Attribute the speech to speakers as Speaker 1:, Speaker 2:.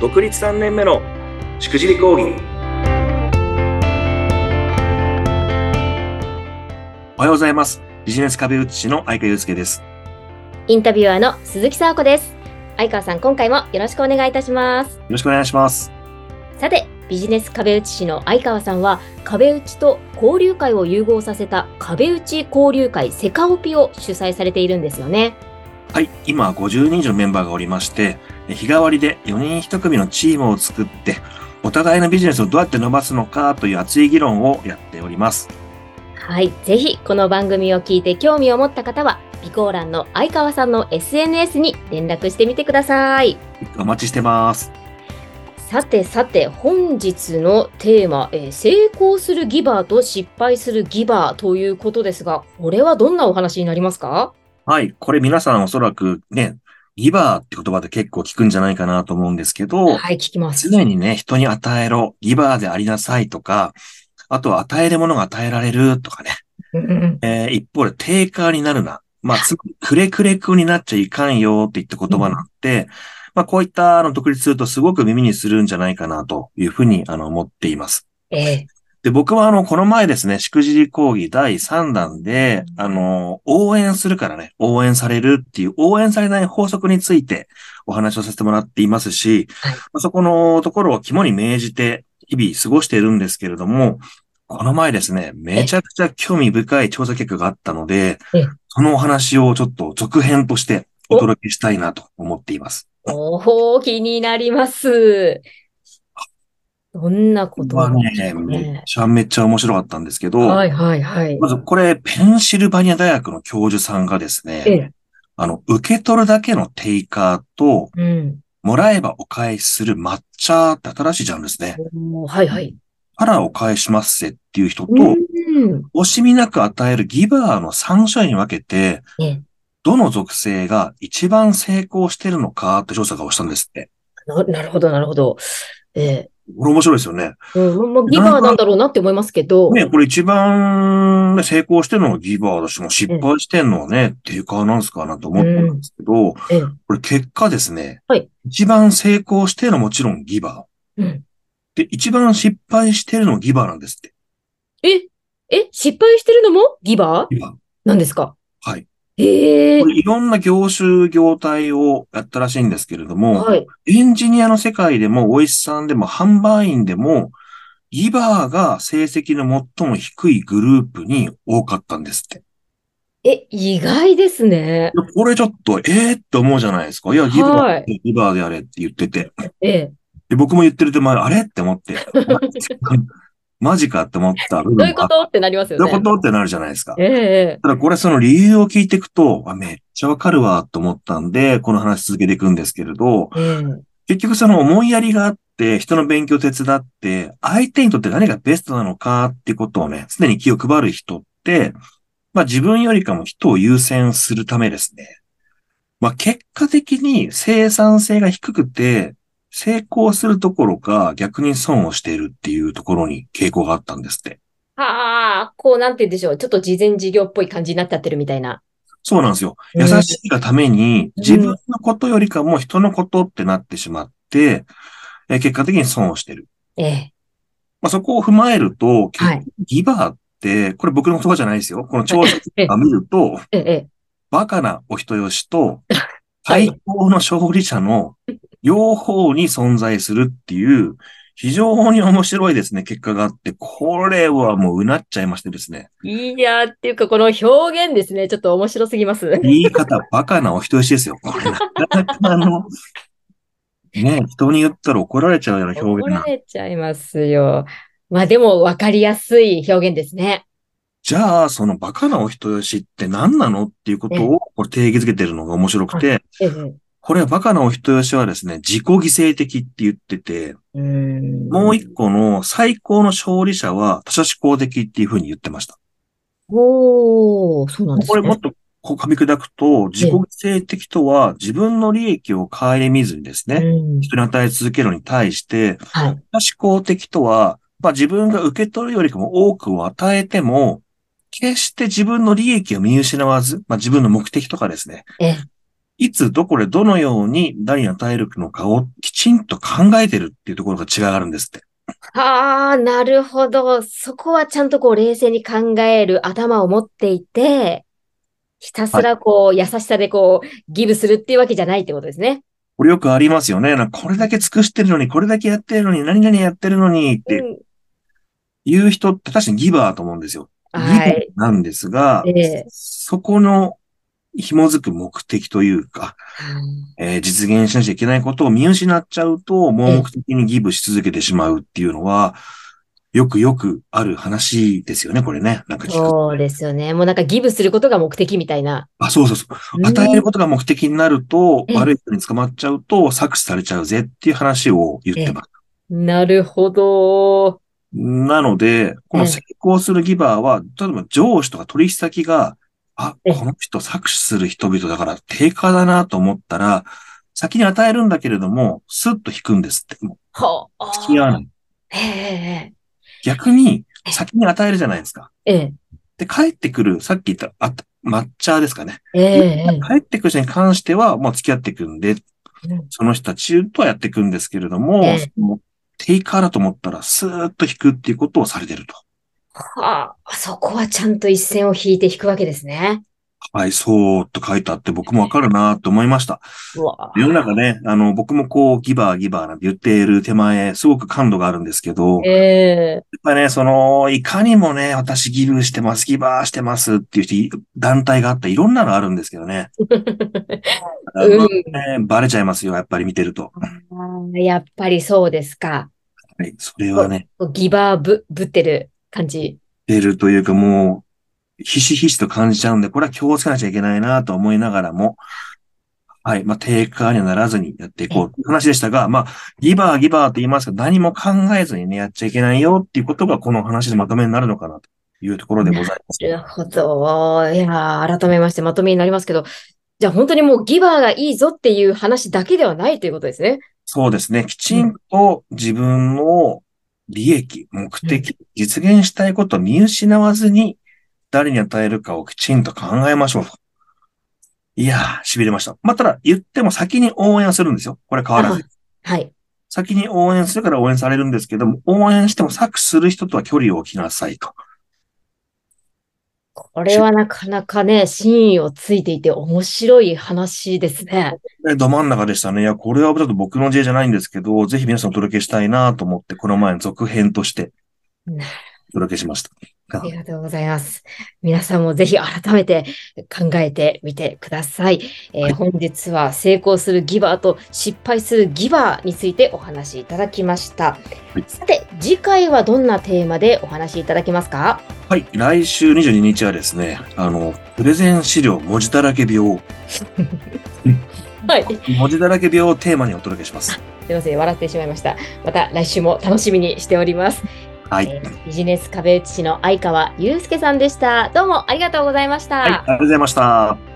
Speaker 1: 独立3年目のしくじり講義おはようございますビジネス壁打ち師の相川祐介です
Speaker 2: インタビュアーの鈴木沙子です。相川さん、今回もよろしくお願いいたします
Speaker 1: よ。ろしくお願いします
Speaker 2: さて、ビジネス壁打ち師の相川さんは、壁打ちと交流会を融合させた壁打ち交流会セカオピを主催されているんですよね。
Speaker 1: はい今50人以上のメンバーがおりまして日替わりで4人1組のチームを作ってお互いのビジネスをどうやって伸ばすのかという熱い議論をやっております
Speaker 2: はい、ぜひこの番組を聞いて興味を持った方は、備考欄の相川さんの SNS に連絡してみてください。
Speaker 1: お待ちしてます
Speaker 2: さてさて、本日のテーマ、えー成功するギバーと失敗するギバーということですが、これはどんなお話になりますか
Speaker 1: はい。これ皆さんおそらくね、ギバーって言葉で結構聞くんじゃないかなと思うんですけど、
Speaker 2: はい、聞きます。
Speaker 1: 常にね、人に与えろ、ギバーでありなさいとか、あとは与えるものが与えられるとかね。
Speaker 2: うんうん
Speaker 1: えー一方で、テイカーになるな。まあ、つくれくれくになっちゃいかんよっていった言葉なんで、まあ、こういったあの独立するとすごく耳にするんじゃないかなというふうにあの思っています。
Speaker 2: え
Speaker 1: で、僕はあの、この前ですね、しくじり講義第3弾で、あの、応援するからね、応援されるっていう、応援されない法則についてお話をさせてもらっていますし、
Speaker 2: はい
Speaker 1: まあそこのところを肝に銘じて、日々過ごしているんですけれども、この前ですね、めちゃくちゃ興味深い調査結果があったので
Speaker 2: え、
Speaker 1: そのお話をちょっと続編としてお届けしたいなと思っています。
Speaker 2: えおお、気になります。どんなこ
Speaker 1: ことれは
Speaker 2: なんでし
Speaker 1: ね、
Speaker 2: ょう
Speaker 1: め
Speaker 2: ね
Speaker 1: ちゃめちゃ面白かったんですけど、
Speaker 2: はいはいはい。
Speaker 1: まず、これ、ペンシルバニア大学の教授さんがです
Speaker 2: え
Speaker 1: ね、
Speaker 2: え、
Speaker 1: あの、受け取るだけのテイカーと、
Speaker 2: うん。
Speaker 1: もらえばお返しする抹茶って新しいジャンルですね。
Speaker 2: おーはいはい。
Speaker 1: あらお返しますせっていう人と、
Speaker 2: うん。
Speaker 1: 惜しみなく与えるギバーの3種類に分けて、
Speaker 2: ええ
Speaker 1: どの属性が一番成功してるのかって調査をしたんですって。
Speaker 2: ななるほど、なるほど。え
Speaker 1: これ面白いですよね。
Speaker 2: えうん、まあ、ギバーなんだろうなって思いますけど、
Speaker 1: ね、これ一番ね成功してるのはギバーだし、もう失敗してんのはね、テイカーなんですかなと思ったんですけど、
Speaker 2: ええ
Speaker 1: これ結果ですね。
Speaker 2: はい
Speaker 1: 一番成功してるのはもちろんギバ
Speaker 2: うん
Speaker 1: ー。で、一番失敗してるのはギバーなんですって。
Speaker 2: え、え、失敗してるのもギバー
Speaker 1: ギバー。
Speaker 2: なんですか
Speaker 1: はい。
Speaker 2: ええ
Speaker 1: これいろんな業種、業態をやったらしいんですけれども、
Speaker 2: はい。
Speaker 1: エンジニアの世界でも、お医者さんでも、販売員でも、ギバーが成績の最も低いグループに多かったんですって。
Speaker 2: え、意外ですね。
Speaker 1: でこれちょっと、ええー、って思うじゃないですか。いや、ギバー、
Speaker 2: はい
Speaker 1: ギバーでやれって言ってて。
Speaker 2: ええ。
Speaker 1: で僕も言ってる手前、あれって思って。 マジかって思った部分
Speaker 2: ど
Speaker 1: も
Speaker 2: ういう
Speaker 1: あ
Speaker 2: ことってなりますよ
Speaker 1: どうい
Speaker 2: ね
Speaker 1: うこ。とってなるじゃないですか。
Speaker 2: えええ
Speaker 1: ただこれその理由を聞いていくと、あめっちゃわかるわと思ったんで、この話続けていくんですけれど、
Speaker 2: え、ええ
Speaker 1: 結局その思いやりがあって、人の勉強を手伝って、相手にとって何がベストなのかっていうことをね、常に気を配る人って、まあ自分よりかも人を優先するためですね。まあ結果的に生産性が低くて、成功するどころか逆に損をしているっていうところに傾向があったんですって。
Speaker 2: はあ、こうなんて言うんでしょう。ちょっと事前事業っぽい感じになっちゃってるみたいな。
Speaker 1: そうなんですよ。
Speaker 2: うん
Speaker 1: 優しいがために、自分のことよりかも人のことってなってしまって、えー結果的に損をしてる。
Speaker 2: ええ。
Speaker 1: まあ、そこを踏まえると、
Speaker 2: はい
Speaker 1: ギバーって、これ僕の言葉じゃないですよ。この調査結果を見る と、
Speaker 2: ええ。
Speaker 1: バカなお人よしと、
Speaker 2: はい
Speaker 1: 対抗の勝利者の両方に存在するっていう、非常に面白いですね、結果があって、これはもううなっちゃいましてですね。
Speaker 2: いやーっていうか、この表現ですね。ちょっと面白すぎます。
Speaker 1: 言い方、バカなお人よしですよ。これなかなかあの、ね人に言ったら怒られちゃうような表
Speaker 2: 怒
Speaker 1: 現な
Speaker 2: られちゃいますよ。まあでも分かりやすい表現ですね。
Speaker 1: じゃあ、そのバカなお人よしって何なのっていうことをこれ定義づけてるのが面白くて、
Speaker 2: ええ。
Speaker 1: これはバカなお人よしはですね、自己犠牲的って言ってて、
Speaker 2: うん。
Speaker 1: もう一個の最高の勝利者は他者思考的っていうふうに言ってました。
Speaker 2: おー、そうなんです
Speaker 1: これ
Speaker 2: ね。
Speaker 1: もっとこう噛み砕くと、自己犠牲的とは自分の利益を顧みずにですね、
Speaker 2: うん。
Speaker 1: 人に与え続けるのに対して、
Speaker 2: はい。
Speaker 1: 他者思考的とは、まあ自分が受け取るよりかも多くを与えても、決して自分の利益を見失わず、まあ自分の目的とかですね、
Speaker 2: ええ。
Speaker 1: いつ、どこで、どのように誰に与えるのかをきちんと考えてるっていうところが違いがあるんですって。
Speaker 2: ああ、なるほど。そこはちゃんとこう冷静に考える頭を持っていて、ひたすらこう優しさでこうギブするっていうわけじゃないってことですね。
Speaker 1: これよくありますよね。なんかこれだけ尽くしてるのに、これだけやってるのに、何々やってるのにっ
Speaker 2: う
Speaker 1: て
Speaker 2: ん。
Speaker 1: いう人って確かにギバーと思うんですよ。
Speaker 2: は
Speaker 1: ギ
Speaker 2: い。
Speaker 1: バーなんですが、
Speaker 2: ええ
Speaker 1: そこの紐づく目的というか、
Speaker 2: はい
Speaker 1: えー実現しなきゃいけないことを見失っちゃうと、盲目的にギブし続けてしまうっていうのは、よくよくある話ですよね、これね。なんか聞く。
Speaker 2: そうですよね。もうなんかギブすることが目的みたいな。
Speaker 1: あ、そうそうそう。与えることが目的になると、
Speaker 2: ええ
Speaker 1: 悪い人に捕まっちゃうと、搾取されちゃうぜっていう話を言ってます。
Speaker 2: うんなるほど。
Speaker 1: なので、この
Speaker 2: ええ
Speaker 1: 成功するギバーは、例えば上司とか取引先が、あ、
Speaker 2: ええ
Speaker 1: この人搾取する人々だから低下だなと思ったら、先に与えるんだけれども、スッと引くんですって。も
Speaker 2: は
Speaker 1: う付き合わ
Speaker 2: あ。
Speaker 1: ない。
Speaker 2: ええ
Speaker 1: 逆に、先に与えるじゃないですか。
Speaker 2: ええ
Speaker 1: で、帰ってくる、さっき言った、あた抹茶ですかね。
Speaker 2: ええ
Speaker 1: 帰ってくる人に関しては、もう付き合っていくんで、
Speaker 2: うん
Speaker 1: その人たちとはやっていくんですけれども、
Speaker 2: ええ
Speaker 1: そのテイカーだと思ったら、スーッと引くっていうことをされてると。
Speaker 2: はあ。そこはちゃんと一線を引いて引くわけですね。
Speaker 1: はい、そうと書いてあって、僕もわかるなと思いました。
Speaker 2: うわあ
Speaker 1: 世の中ね、あの、僕もこう、ギバーギバーなんて言っている手前、すごく感度があるんですけど、やっ
Speaker 2: ええ
Speaker 1: ぱね、その、いかにもね、私ギブしてます、ギバーしてますっていう人、団体があって、いろんなのあるんですけどね。あの
Speaker 2: うん
Speaker 1: ね、バレちゃいますよ、やっぱり見てると。
Speaker 2: ああ。やっぱりそうですか。
Speaker 1: はい、それはね、
Speaker 2: ギバーぶ、ぶってる感じ。
Speaker 1: 出るというかもう、ひしひしと感じちゃうんで、これは気をつけなきゃいけないなと思いながらも、はい、まあ、テイカーにはならずにやっていこうという話でしたが、まあ、ギバーギバーと言いますけど、何も考えずにね、やっちゃいけないよっていうことが、この話のまとめになるのかなというところでございます。
Speaker 2: なるほど。いやー、改めましてまとめになりますけど、じゃあ本当にもうギバーがいいぞっていう話だけではないということですね。
Speaker 1: そうですね。きちんと自分の利益、目的、実現したいことを見失わずに、誰に与えるかをきちんと考えましょうと。いやー、痺れました。まあ、ただ、言っても先に応援はするんですよ。これ変わらず。
Speaker 2: はい。
Speaker 1: 先に応援するから応援されるんですけども、応援しても搾取する人とは距離を置きなさいと。
Speaker 2: これはなかなかね、真意をついていて面白い話ですね。
Speaker 1: えど真ん中でしたね。いや、これはちょっと僕の知恵じゃないんですけど、ぜひ皆さんお届けしたいなと思って、この前の続編として
Speaker 2: なる
Speaker 1: お届けしました。
Speaker 2: ありがとうございます。皆さんもぜひ改めて考えてみてください。えー
Speaker 1: はい
Speaker 2: 本日は成功するギバーと失敗するギバーについてお話しいただきました。
Speaker 1: い
Speaker 2: さて、次回はどんなテーマでお話しいただけますか
Speaker 1: はい、来週22日はですね、あの、プレゼン資料文字だらけ病、
Speaker 2: はい。
Speaker 1: 文字だらけ病をテーマにお届けします。
Speaker 2: すいません、笑ってしまいました。また来週も楽しみにしております。
Speaker 1: はい。
Speaker 2: えービジネス壁打ち師の相川祐介さんでした。どうもありがとうございました。
Speaker 1: はい、ありがとうございました。